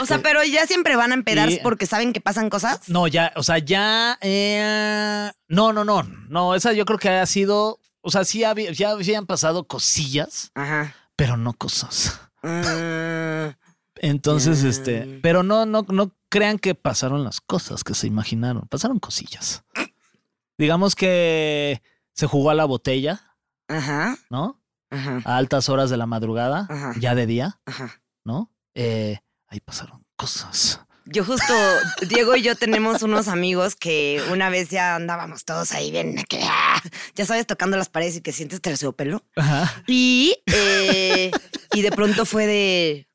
Speaker 3: O sea, pero ya siempre van a empedarse
Speaker 4: Y-
Speaker 3: porque saben que pasan cosas.
Speaker 4: No, ya, o sea, ya eh, no, no, no, no, esa yo creo que ha sido, o sea, sí había, ya habían pasado cosillas,
Speaker 3: Ajá.
Speaker 4: pero no cosas.
Speaker 3: Ah.
Speaker 4: Entonces,
Speaker 3: Ya.
Speaker 4: este, pero no, no, no crean que pasaron las cosas que se imaginaron, pasaron cosillas. Digamos que se jugó a la botella,
Speaker 3: Ajá,
Speaker 4: ¿no?
Speaker 3: ajá,
Speaker 4: A altas horas de la madrugada,
Speaker 3: Ajá.
Speaker 4: ya de día,
Speaker 3: ajá.
Speaker 4: ¿no? Eh, ahí pasaron cosas.
Speaker 3: Yo justo, Diego y yo tenemos unos amigos que una vez ya andábamos todos ahí bien, que, ah, ya sabes, tocando las paredes y que sientes terciopelo.
Speaker 4: Ajá.
Speaker 3: Y, eh, y de pronto fue de,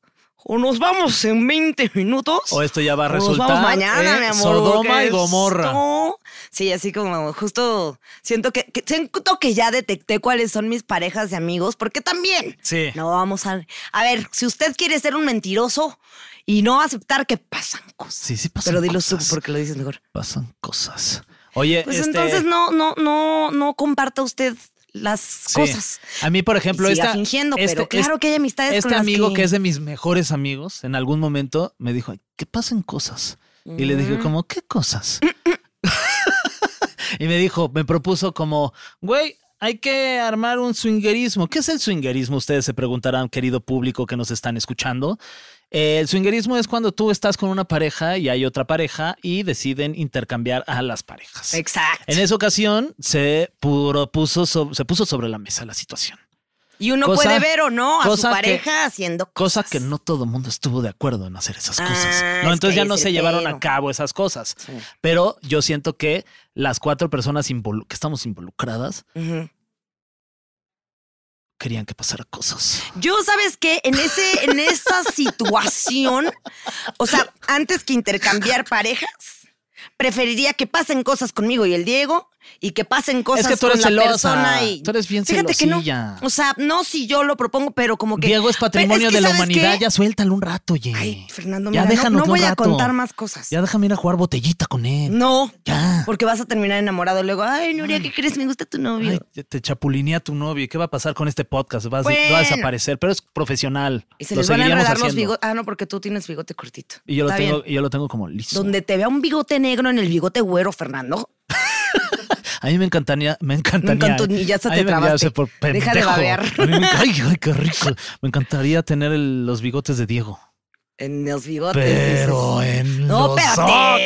Speaker 3: o nos vamos en 20 minutos.
Speaker 4: O esto ya va a
Speaker 3: o nos
Speaker 4: resultar.
Speaker 3: vamos mañana,
Speaker 4: en
Speaker 3: mi amor.
Speaker 4: Sodoma
Speaker 3: porque
Speaker 4: y Gomorra.
Speaker 3: esto- Sí, así como justo siento que, que- siento que ya detecté cuáles son mis parejas de amigos, porque también
Speaker 4: Sí.
Speaker 3: no vamos a. A ver, si usted quiere ser un mentiroso y no aceptar que pasan cosas.
Speaker 4: Sí, sí pasan
Speaker 3: Pero dilo tú
Speaker 4: cosas.
Speaker 3: porque lo dices mejor.
Speaker 4: Pasan cosas. Oye,
Speaker 3: Pues
Speaker 4: este,
Speaker 3: entonces no, no, no, no comparta usted las
Speaker 4: sí.
Speaker 3: cosas.
Speaker 4: A mí, por ejemplo,
Speaker 3: Y siga
Speaker 4: esta-
Speaker 3: fingiendo, pero
Speaker 4: este-
Speaker 3: claro
Speaker 4: este-
Speaker 3: que hay amistades
Speaker 4: Este
Speaker 3: con las
Speaker 4: amigo
Speaker 3: que-
Speaker 4: que... es de mis mejores amigos, en algún momento me dijo, "Ay, que pasen cosas. Y le
Speaker 3: Mm.
Speaker 4: dije, como, ¿qué cosas? <laughs> y me dijo, me propuso como, güey, hay que armar un swingerismo. ¿Qué es el swingerismo? Ustedes se preguntarán, querido público que nos están escuchando. Eh, El swingerismo es cuando tú estás con una pareja y hay otra pareja y deciden intercambiar a las parejas.
Speaker 3: Exacto.
Speaker 4: En e-, esa ocasión se, propuso so- se puso sobre la mesa la situación.
Speaker 3: y uno
Speaker 4: cosa-
Speaker 3: puede ver o no a su
Speaker 4: cosa que-
Speaker 3: pareja haciendo
Speaker 4: Cosa
Speaker 3: cosas.
Speaker 4: que no todo el mundo estuvo de acuerdo en hacer esas
Speaker 3: Ah,
Speaker 4: cosas.
Speaker 3: es
Speaker 4: ¿no?
Speaker 3: que
Speaker 4: Entonces ya
Speaker 3: ahí
Speaker 4: no
Speaker 3: es
Speaker 4: se
Speaker 3: el
Speaker 4: llevaron
Speaker 3: pedo.
Speaker 4: a cabo esas cosas.
Speaker 3: Sí.
Speaker 4: Pero yo siento que las cuatro personas involu- que estamos involucradas
Speaker 3: Ujú.
Speaker 4: querían que pasara cosas.
Speaker 3: Yo, ¿sabes qué? En, ese, en
Speaker 4: <laughs>
Speaker 3: esa situación, o sea, antes que intercambiar parejas, preferiría que pasen cosas conmigo y el Diego y que pasen cosas
Speaker 4: que tú
Speaker 3: con
Speaker 4: eres
Speaker 3: la
Speaker 4: celosa,
Speaker 3: persona. Y...
Speaker 4: tú eres bien
Speaker 3: Fíjate que no.
Speaker 4: celosilla.
Speaker 3: O sea, no si yo lo propongo, pero como que.
Speaker 4: Diego es
Speaker 3: Pero
Speaker 4: patrimonio
Speaker 3: que,
Speaker 4: de la
Speaker 3: ¿sabes
Speaker 4: humanidad.
Speaker 3: qué?
Speaker 4: Ya suéltalo un rato, oye.
Speaker 3: Ay, Fernando, mira,
Speaker 4: ya
Speaker 3: no- no,
Speaker 4: déjanos
Speaker 3: voy
Speaker 4: un
Speaker 3: a
Speaker 4: rato.
Speaker 3: contar más cosas.
Speaker 4: Ya déjame ir a jugar botellita con él.
Speaker 3: No.
Speaker 4: Ya.
Speaker 3: Porque vas a terminar enamorado. Luego, ay, Nuria, ¿qué crees? Me gusta tu novio.
Speaker 4: Ay, te- te chapulinea tu novio. ¿Qué va a pasar con este podcast? Vas- Va a
Speaker 3: Bueno.
Speaker 4: desaparecer, pero es profesional.
Speaker 3: y se
Speaker 4: Lo
Speaker 3: les van a
Speaker 4: seguiríamos
Speaker 3: enredar los
Speaker 4: haciendo.
Speaker 3: bigotes. Ah, no, porque tú tienes bigote cortito.
Speaker 4: Y yo lo,
Speaker 3: Está
Speaker 4: tengo,
Speaker 3: bien.
Speaker 4: y yo lo tengo como listo.
Speaker 3: Donde te vea un bigote negro en el bigote güero, Fernando.
Speaker 4: A mí me encantaría, me encantaría.
Speaker 3: Me encantó, y ya hasta
Speaker 4: A mí
Speaker 3: te
Speaker 4: me- ya
Speaker 3: trabaste.
Speaker 4: sé, por
Speaker 3: Deja de
Speaker 4: pendejo.
Speaker 3: babear.
Speaker 4: A mí me- ay, ay, qué rico. Me encantaría tener el- los bigotes de Diego.
Speaker 3: En los bigotes.
Speaker 4: Pero
Speaker 3: dices.
Speaker 4: en
Speaker 3: No,
Speaker 4: los
Speaker 3: espérate. Diego,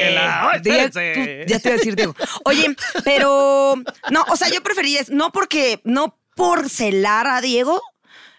Speaker 3: tú- ya te iba a decir, Diego. Oye, pero no, o sea, yo preferí es no porque, no por celar a Diego,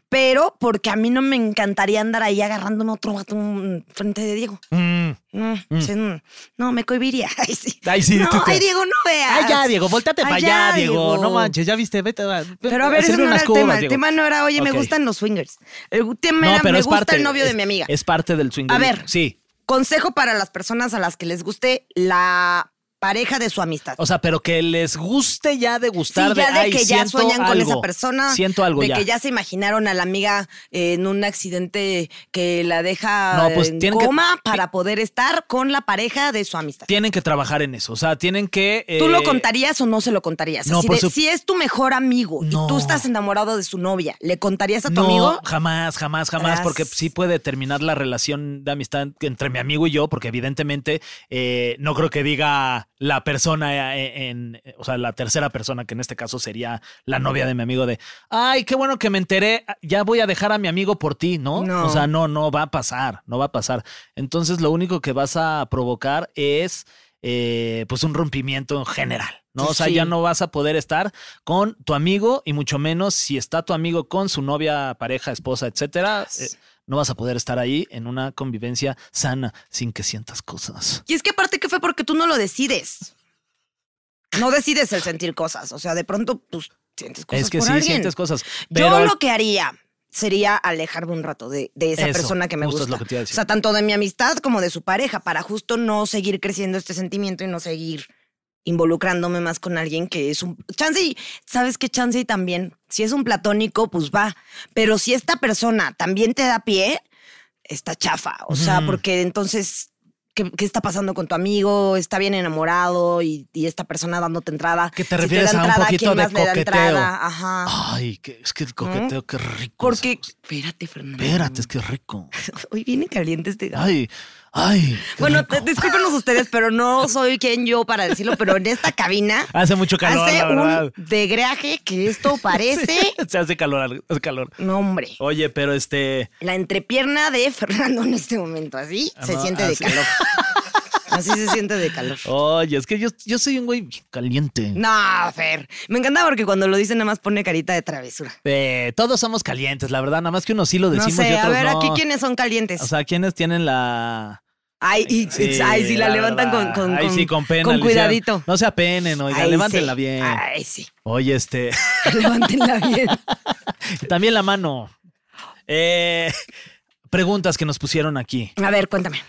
Speaker 3: pero porque a mí no me encantaría andar ahí agarrándome otro vato mm, frente de Diego.
Speaker 4: Mm.
Speaker 3: No, sí, no, no, me cohibiría. <laughs> Ay, sí.
Speaker 4: Ay, sí,
Speaker 3: no,
Speaker 4: tú que-
Speaker 3: ay, Diego, no veas.
Speaker 4: Ay, ya, Diego, voltate
Speaker 3: Ay,
Speaker 4: para
Speaker 3: ya,
Speaker 4: allá, Diego. No
Speaker 3: Diego.
Speaker 4: manches, ya viste, vete. va, ve-
Speaker 3: Pero a ver, ese
Speaker 4: sirve
Speaker 3: no era
Speaker 4: unas
Speaker 3: el
Speaker 4: cubas,
Speaker 3: tema. El
Speaker 4: Diego.
Speaker 3: tema no era, oye,
Speaker 4: Ok.
Speaker 3: me gustan los swingers. El tema
Speaker 4: No,
Speaker 3: era,
Speaker 4: pero
Speaker 3: me
Speaker 4: es
Speaker 3: gusta
Speaker 4: parte,
Speaker 3: el novio
Speaker 4: es-
Speaker 3: de mi amiga.
Speaker 4: Es parte del swing.
Speaker 3: A ver.
Speaker 4: Sí.
Speaker 3: Consejo para las personas a las que les guste la pareja de su amistad.
Speaker 4: O sea, pero que les guste ya de gustar
Speaker 3: Sí, ya de
Speaker 4: "Ay,
Speaker 3: que ya
Speaker 4: siento
Speaker 3: sueñan con
Speaker 4: algo,
Speaker 3: esa persona.
Speaker 4: Siento algo
Speaker 3: de
Speaker 4: ya.
Speaker 3: que ya se imaginaron a la amiga eh, en un accidente que la deja
Speaker 4: No, pues
Speaker 3: en
Speaker 4: tienen que-
Speaker 3: coma para poder estar con la pareja de su amistad.
Speaker 4: Tienen que trabajar en eso. O sea, tienen que.
Speaker 3: ¿Tú
Speaker 4: eh,
Speaker 3: lo contarías o no se lo contarías?
Speaker 4: no,
Speaker 3: Así
Speaker 4: por
Speaker 3: de,
Speaker 4: sup-
Speaker 3: si es tu mejor amigo
Speaker 4: No.
Speaker 3: y tú estás enamorado de su novia, ¿le contarías a tu
Speaker 4: no,
Speaker 3: amigo?
Speaker 4: Jamás, jamás, jamás,
Speaker 3: Tras.
Speaker 4: porque sí puede terminar la relación de amistad entre mi amigo y yo, porque evidentemente eh, no creo que diga la persona eh, en, o sea, la tercera persona, que en este caso sería la novia de mi amigo, de ay, qué bueno que me enteré, ya voy a dejar a mi amigo por ti, ¿no?
Speaker 3: No.
Speaker 4: O sea, no, no va a pasar, no va a pasar. Entonces, lo único que vas a provocar es eh, pues un rompimiento en general. ¿no? O sea,
Speaker 3: Sí.
Speaker 4: ya no vas a poder estar con tu amigo y mucho menos si está tu amigo con su novia, pareja, esposa, etcétera. eh, no vas a poder estar ahí en una convivencia sana sin que sientas cosas.
Speaker 3: Y es que aparte que fue porque tú no lo decides. No decides el sentir cosas. O sea, de pronto, pues, sientes cosas
Speaker 4: es que
Speaker 3: por
Speaker 4: sí
Speaker 3: alguien.
Speaker 4: sientes cosas.
Speaker 3: Yo
Speaker 4: Pero al-
Speaker 3: lo que haría sería alejarme un rato de, de esa
Speaker 4: Eso,
Speaker 3: persona que me
Speaker 4: justo es
Speaker 3: gusta.
Speaker 4: lo que te iba
Speaker 3: o
Speaker 4: a decir.
Speaker 3: sea, tanto de mi amistad como de su pareja, para justo no seguir creciendo este sentimiento y no seguir involucrándome más con alguien que es un chance y sabes qué chance y también si es un platónico pues va pero si esta persona también te da pie está chafa o sea
Speaker 4: Ujú.
Speaker 3: porque entonces ¿qué, qué está pasando con tu amigo está bien enamorado y, y esta persona dándote entrada
Speaker 4: ¿Qué te
Speaker 3: Si da
Speaker 4: refieres a un
Speaker 3: entrada,
Speaker 4: poquito
Speaker 3: ¿quién
Speaker 4: de
Speaker 3: más le da
Speaker 4: coqueteo?
Speaker 3: entrada? ajá
Speaker 4: Ay, que- es que el coqueteo, qué rico.
Speaker 3: ah. porque.
Speaker 4: esa cosa.
Speaker 3: Espérate, Fernando.
Speaker 4: Espérate, es que rico.
Speaker 3: <laughs> Hoy viene caliente este gato.
Speaker 4: Ay, ay. qué
Speaker 3: Bueno,
Speaker 4: rico.
Speaker 3: te- discúlpenos ustedes, pero no soy quien yo para decirlo, pero en esta cabina.
Speaker 4: <laughs> Hace mucho calor,
Speaker 3: hace
Speaker 4: la verdad.
Speaker 3: un degreaje que
Speaker 4: <laughs>
Speaker 3: esto parece.
Speaker 4: Se hace calor, hace calor.
Speaker 3: No, hombre.
Speaker 4: Oye, pero este.
Speaker 3: La entrepierna de Fernando en este momento, así se
Speaker 4: Ama-
Speaker 3: siente de
Speaker 4: así.
Speaker 3: calor. Así se siente de calor.
Speaker 4: <laughs> Oye, es que yo, yo soy un güey bien caliente.
Speaker 3: No, Fer. Me encanta porque cuando lo dice nada más pone carita de travesura.
Speaker 4: Eh, todos somos calientes, la verdad, nada más que unos sí lo
Speaker 3: No
Speaker 4: decimos y
Speaker 3: sé, a
Speaker 4: otros
Speaker 3: ver,
Speaker 4: no.
Speaker 3: aquí quiénes son calientes.
Speaker 4: O sea, ¿quiénes tienen la.
Speaker 3: ay, y, y- ay, sí, la, levantan con,
Speaker 4: verdad.
Speaker 3: con,
Speaker 4: Ay, sí, con pena. le hicieron.
Speaker 3: cuidadito.
Speaker 4: No se apenen, oiga,
Speaker 3: Ay,
Speaker 4: levántenla
Speaker 3: sí.
Speaker 4: bien.
Speaker 3: Ay, sí. <laughs>
Speaker 4: Oye, este. <laughs>
Speaker 3: Levántenla bien.
Speaker 4: También la mano. Eh, Preguntas que nos pusieron aquí.
Speaker 3: A ver, cuéntame.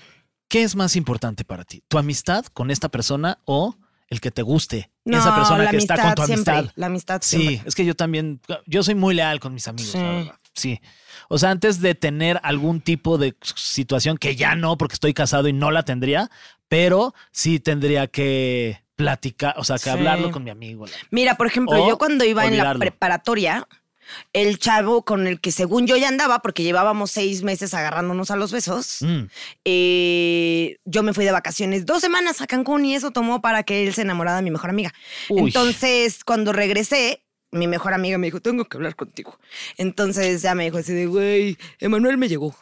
Speaker 4: ¿Qué es más importante para ti? ¿Tu amistad con esta persona o el que te guste?
Speaker 3: No,
Speaker 4: esa persona
Speaker 3: la
Speaker 4: que está con tu
Speaker 3: amistad siempre,
Speaker 4: amistad.
Speaker 3: la amistad
Speaker 4: Sí,
Speaker 3: siempre.
Speaker 4: es que yo también, yo soy muy leal con mis amigos, la
Speaker 3: Sí.
Speaker 4: verdad. Sí. O sea, antes de tener algún tipo de situación que ya no, porque estoy casado y no la tendría, pero sí tendría que platicar, o sea, que
Speaker 3: Sí.
Speaker 4: hablarlo con mi amigo.
Speaker 3: Mira, por ejemplo,
Speaker 4: O
Speaker 3: yo cuando iba en
Speaker 4: olvidarlo.
Speaker 3: la preparatoria, el chavo con el que según yo ya andaba, porque llevábamos seis meses agarrándonos a los besos,
Speaker 4: Mm.
Speaker 3: eh, yo me fui de vacaciones dos semanas a Cancún y eso tomó para que él se enamorara de mi mejor amiga.
Speaker 4: Uy.
Speaker 3: Entonces, cuando regresé, mi mejor amiga me dijo, tengo que hablar contigo. Entonces ya me dijo así de, güey, Emanuel me llegó.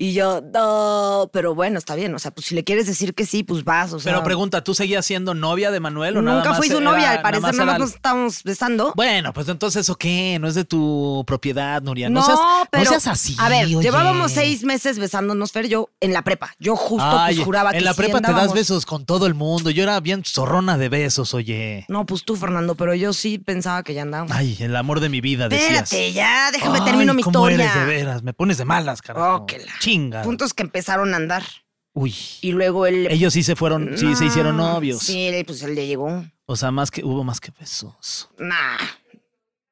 Speaker 3: Y yo, no, pero bueno, está bien. O sea, pues si le quieres decir que sí, pues vas. O sea,
Speaker 4: Pero pregunta, ¿tú seguías siendo novia de Manuel o nada
Speaker 3: Nunca
Speaker 4: más
Speaker 3: fui su
Speaker 4: era-
Speaker 3: novia, al
Speaker 4: nada
Speaker 3: parecer
Speaker 4: más
Speaker 3: nada más
Speaker 4: era-
Speaker 3: nos estábamos besando.
Speaker 4: Bueno, pues entonces, ¿eso qué? No es de tu propiedad, Nuria. No,
Speaker 3: No,
Speaker 4: seas,
Speaker 3: pero.
Speaker 4: no seas así.
Speaker 3: A ver,
Speaker 4: oye.
Speaker 3: llevábamos seis meses besándonos, Fer, yo en la prepa. Yo justo
Speaker 4: Ay,
Speaker 3: pues, juraba que
Speaker 4: En la
Speaker 3: sí
Speaker 4: prepa te das
Speaker 3: andábamos.
Speaker 4: besos con todo el mundo. Yo era bien zorrona de besos, oye.
Speaker 3: No, pues tú, Fernando, pero yo sí pensaba que ya andábamos.
Speaker 4: Ay, el amor de mi vida, Ah, decías.
Speaker 3: Espérate, ya, déjame
Speaker 4: Ay,
Speaker 3: termino mi
Speaker 4: ¿cómo
Speaker 3: historia.
Speaker 4: eres de veras? Me pones de malas, carajo.
Speaker 3: Oh, que la-
Speaker 4: Chinga.
Speaker 3: Puntos que empezaron a andar.
Speaker 4: Uy.
Speaker 3: Y luego él.
Speaker 4: Ellos sí se fueron, sí se hicieron
Speaker 3: No,
Speaker 4: novios.
Speaker 3: Sí, él, pues él le llegó.
Speaker 4: O sea, más que hubo más que besos. <laughs>
Speaker 3: Nah.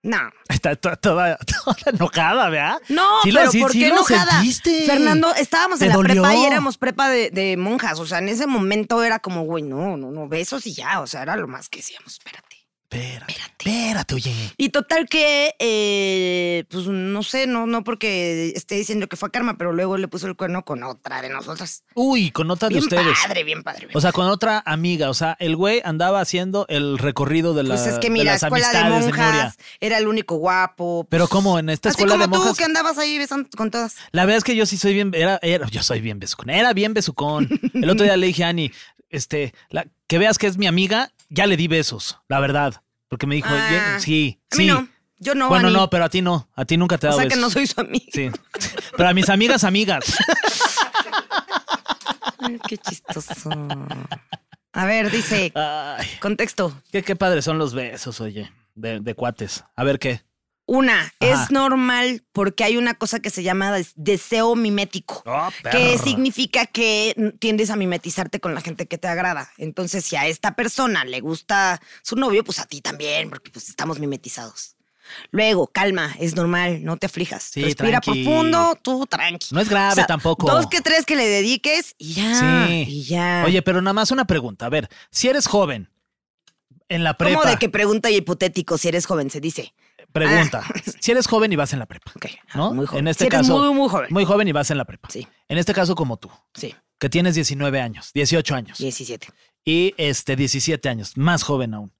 Speaker 3: Nah.
Speaker 4: Está to- toda, toda enojada, ¿verdad?
Speaker 3: No,
Speaker 4: Sí lo-
Speaker 3: pero
Speaker 4: sí-
Speaker 3: ¿por
Speaker 4: sí
Speaker 3: qué
Speaker 4: lo
Speaker 3: enojada?
Speaker 4: sentiste.
Speaker 3: Fernando, estábamos
Speaker 4: Te
Speaker 3: en la prepa y
Speaker 4: dolió.
Speaker 3: éramos prepa de, de monjas. O sea, en ese momento era como, güey, no, no, no, besos y ya. O sea, era lo más que decíamos, espérate.
Speaker 4: Espérate,
Speaker 3: Espérate.
Speaker 4: espérate, oye.
Speaker 3: Y total que, eh, pues no sé, no, no porque esté diciendo que fue karma, pero luego le puso el cuerno con otra de nosotras.
Speaker 4: Uy, con nota de
Speaker 3: Bien
Speaker 4: ustedes.
Speaker 3: padre, bien padre. bien
Speaker 4: O sea, con otra amiga. O sea, el güey andaba haciendo el recorrido de, la,
Speaker 3: Pues es que
Speaker 4: de
Speaker 3: mira,
Speaker 4: las
Speaker 3: escuela de
Speaker 4: amistades de, Nuria.
Speaker 3: monjas, era el único guapo.
Speaker 4: Pero
Speaker 3: pues,
Speaker 4: ¿cómo? En esta
Speaker 3: así
Speaker 4: escuela
Speaker 3: como
Speaker 4: de monjas-
Speaker 3: tú que andabas ahí besando con todas.
Speaker 4: La verdad es que yo sí soy bien, era, era- yo soy bien besucón, era bien besucón. El otro día le dije a Ani, este, la, que veas que es mi amiga, ya le di besos, la verdad. Porque me dijo,
Speaker 3: Ah,
Speaker 4: "Bien, sí,
Speaker 3: A mí
Speaker 4: sí.
Speaker 3: no, yo no.
Speaker 4: bueno,
Speaker 3: Ani.
Speaker 4: no, pues. pero a ti no, a ti nunca te he
Speaker 3: O
Speaker 4: dado
Speaker 3: sea que
Speaker 4: besos.
Speaker 3: no soy su amiga.
Speaker 4: Sí. <laughs> Pero a mis amigas,
Speaker 3: <laughs>
Speaker 4: amigas.
Speaker 3: Ay, Qué chistoso. A ver, dice,
Speaker 4: Ay,
Speaker 3: contexto.
Speaker 4: qué, qué padres son los besos, oye, de, de cuates. A ver qué.
Speaker 3: Una,
Speaker 4: Ajá.
Speaker 3: es normal porque hay una cosa que se llama des- deseo mimético.
Speaker 4: Oh,
Speaker 3: que significa que tiendes a mimetizarte con la gente que te agrada. Entonces, si a esta persona le gusta su novio, pues a ti también, porque pues estamos mimetizados. Luego, calma, es normal, no te aflijas.
Speaker 4: Sí,
Speaker 3: Respira
Speaker 4: tranqui.
Speaker 3: profundo, tú tranqui.
Speaker 4: No es grave tampoco.
Speaker 3: Dos que tres que le dediques y ya.
Speaker 4: Sí.
Speaker 3: Y ya.
Speaker 4: Oye, pero nada más una pregunta. A ver, si eres joven, en la prepa.
Speaker 3: ¿cómo de que pregunta y hipotético si eres joven? Se dice.
Speaker 4: Pregunta.
Speaker 3: Ah.
Speaker 4: Si eres joven y vas en la prepa.
Speaker 3: Ok,
Speaker 4: ¿No?
Speaker 3: muy joven.
Speaker 4: En este
Speaker 3: Si eres
Speaker 4: caso.
Speaker 3: muy, muy joven.
Speaker 4: Muy joven y vas en la prepa.
Speaker 3: Sí,
Speaker 4: En este caso, como tú,
Speaker 3: sí,
Speaker 4: que tienes 19 años, 18 años
Speaker 3: 17.
Speaker 4: y este 17 años, más joven aún.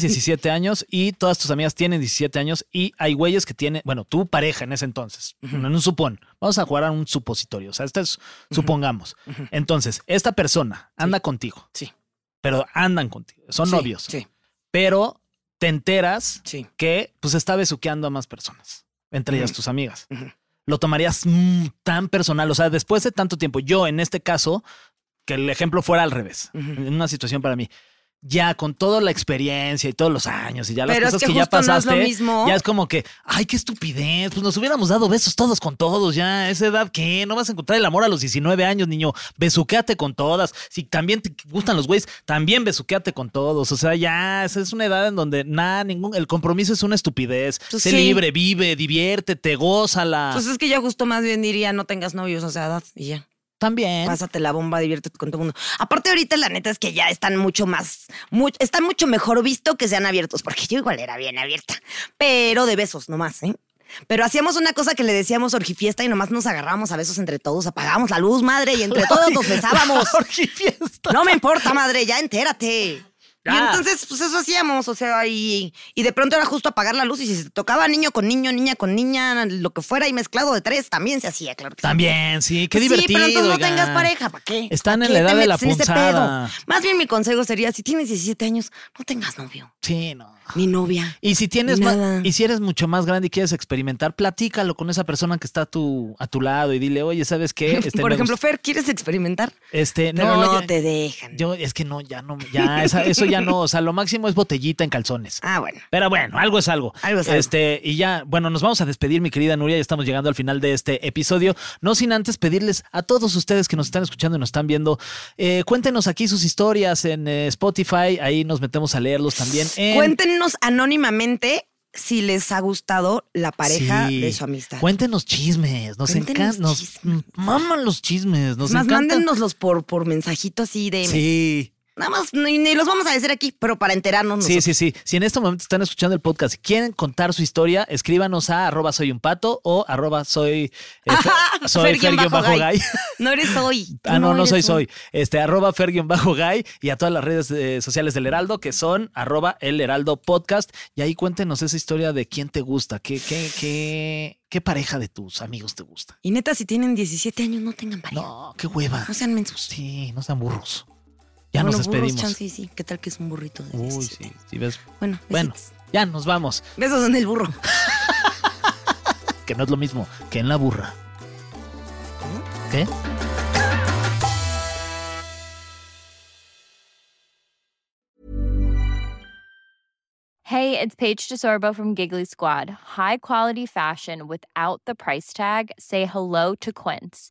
Speaker 3: <laughs>
Speaker 4: 17 años y todas tus amigas tienen 17 años y hay güeyes que tienen, bueno, tu pareja en ese entonces, en un supón. Vamos a jugar a un supositorio, o sea, este es, supongamos. Entonces, esta persona anda contigo,
Speaker 3: Sí.
Speaker 4: pero andan contigo, son
Speaker 3: Sí,
Speaker 4: novios,
Speaker 3: Sí,
Speaker 4: pero te enteras
Speaker 3: sí.
Speaker 4: que pues está besuqueando a más personas, entre ellas tus amigas.
Speaker 3: Ujú.
Speaker 4: Lo tomarías mm, tan personal, o sea, después de tanto tiempo, yo en este caso, que el ejemplo fuera al revés,
Speaker 3: Ujú.
Speaker 4: en una situación para mí, ya con toda la experiencia y todos los años y ya las
Speaker 3: Pero es
Speaker 4: cosas
Speaker 3: que
Speaker 4: que, ya
Speaker 3: justo no es
Speaker 4: pasaste,
Speaker 3: lo mismo.
Speaker 4: ya es como que, ay, qué estupidez, pues nos hubiéramos dado besos todos con todos, ya, a esa edad que no vas a encontrar el amor a los 19 años, niño, besuquéate con todas, si también te gustan los güeyes, también besuquéate con todos, o sea, ya, esa es una edad en donde nada, ningún, el compromiso es una estupidez,
Speaker 3: Pues
Speaker 4: sé
Speaker 3: sí.
Speaker 4: libre, vive, diviértete, gózala,
Speaker 3: Pues es que yo justo más bien diría no tengas novios, o sea, edad y ya.
Speaker 4: también. <laughs>
Speaker 3: Pásate la bomba, diviértete con todo el mundo. Aparte, ahorita la neta es que ya están mucho más, mu- están mucho mejor visto que sean abiertos, porque yo igual era bien abierta, pero de besos nomás, ¿eh? Pero hacíamos una cosa que le decíamos orgifiesta y nomás nos agarrábamos a besos entre todos, apagábamos la luz, madre, y
Speaker 4: <laughs>
Speaker 3: entre todos nos besábamos. <laughs>
Speaker 4: Orgifiesta.
Speaker 3: No me importa, madre, ya entérate. Y
Speaker 4: Ya.
Speaker 3: entonces, pues eso hacíamos, o sea, y, y de pronto era justo apagar la luz y si se tocaba niño con niño, niña con niña, lo que fuera y mezclado de tres, también se hacía, claro. que sí.
Speaker 4: También, sí, qué
Speaker 3: Pues
Speaker 4: divertido.
Speaker 3: Sí, pero entonces no
Speaker 4: oigan.
Speaker 3: tengas pareja, ¿para qué?
Speaker 4: Están
Speaker 3: ¿Pa'
Speaker 4: en la
Speaker 3: qué
Speaker 4: edad
Speaker 3: te
Speaker 4: de la
Speaker 3: metes en este ese
Speaker 4: punzada.
Speaker 3: pedo? Más bien mi consejo sería, si tienes 17 años, no tengas novio.
Speaker 4: Sí, no.
Speaker 3: ni novia.
Speaker 4: Y si tienes
Speaker 3: Ni
Speaker 4: ma-
Speaker 3: nada.
Speaker 4: y si eres mucho más grande y quieres experimentar, platícalo con esa persona que está a tu, a tu lado y dile, oye, ¿sabes
Speaker 3: <laughs>
Speaker 4: qué? Este,
Speaker 3: Por
Speaker 4: me
Speaker 3: ejemplo,
Speaker 4: gusta-
Speaker 3: Fer, ¿quieres experimentar?
Speaker 4: este,
Speaker 3: Pero no,
Speaker 4: ya-
Speaker 3: te dejan.
Speaker 4: Yo, es que no, ya no, ya, esa- eso ya no. O sea, lo máximo es botellita en calzones.
Speaker 3: Ah, bueno.
Speaker 4: Pero bueno, algo es algo.
Speaker 3: Algo es algo.
Speaker 4: Este, y ya, bueno, nos vamos a despedir, mi querida Nuria. Ya estamos llegando al final de este episodio. No sin antes pedirles a todos ustedes que nos están escuchando y nos están viendo, eh, cuéntenos aquí sus historias en eh, Spotify. Ahí nos metemos a leerlos también. en-
Speaker 3: Cuéntenos anónimamente si les ha gustado la pareja
Speaker 4: Sí.
Speaker 3: de su amistad.
Speaker 4: Cuéntenos chismes. Nos
Speaker 3: Cuéntenos
Speaker 4: encantan. Nos
Speaker 3: chismes.
Speaker 4: maman los chismes. Nos
Speaker 3: Es más,
Speaker 4: encantan.
Speaker 3: mándennoslos por, por mensajito así de.
Speaker 4: Sí.
Speaker 3: Nada más, ni, ni los vamos a decir aquí, pero para enterarnos.
Speaker 4: Sí,
Speaker 3: nosotros.
Speaker 4: sí, sí. Si en este momento están escuchando el podcast y quieren contar su historia, escríbanos a arroba soy un pato o arroba soy, eh,
Speaker 3: <laughs> Ajá,
Speaker 4: Fer- soy
Speaker 3: Fer-Gay.
Speaker 4: Fer-Gay.
Speaker 3: <laughs> No eres hoy.
Speaker 4: Ah, no, no,
Speaker 3: eres
Speaker 4: soy,
Speaker 3: hoy.
Speaker 4: soy. Este, arroba fer-gay y a todas las redes eh, sociales del Heraldo que son arroba el Heraldo Podcast. Y ahí cuéntenos esa historia de quién te gusta, qué, qué, qué, qué pareja de tus amigos te gusta.
Speaker 3: Y neta, si tienen 17 años, no tengan pareja. No,
Speaker 4: No, qué hueva.
Speaker 3: sean mensos.
Speaker 4: pues Sí, no sean burros. Ya
Speaker 3: Bueno,
Speaker 4: nos
Speaker 3: burros,
Speaker 4: despedimos.
Speaker 3: chance, sí, sí. ¿Qué tal que es un burrito de
Speaker 4: Uy,
Speaker 3: 17?
Speaker 4: sí, sí, ves.
Speaker 3: Bueno,
Speaker 4: Bueno,
Speaker 3: besitos.
Speaker 4: ya nos vamos,
Speaker 3: besos en el burro.
Speaker 4: que no es lo mismo que en la burra. ¿Qué?
Speaker 5: Hey, it's Paige DeSorbo from Giggly Squad. High quality fashion without the price tag. Say hello to Quince.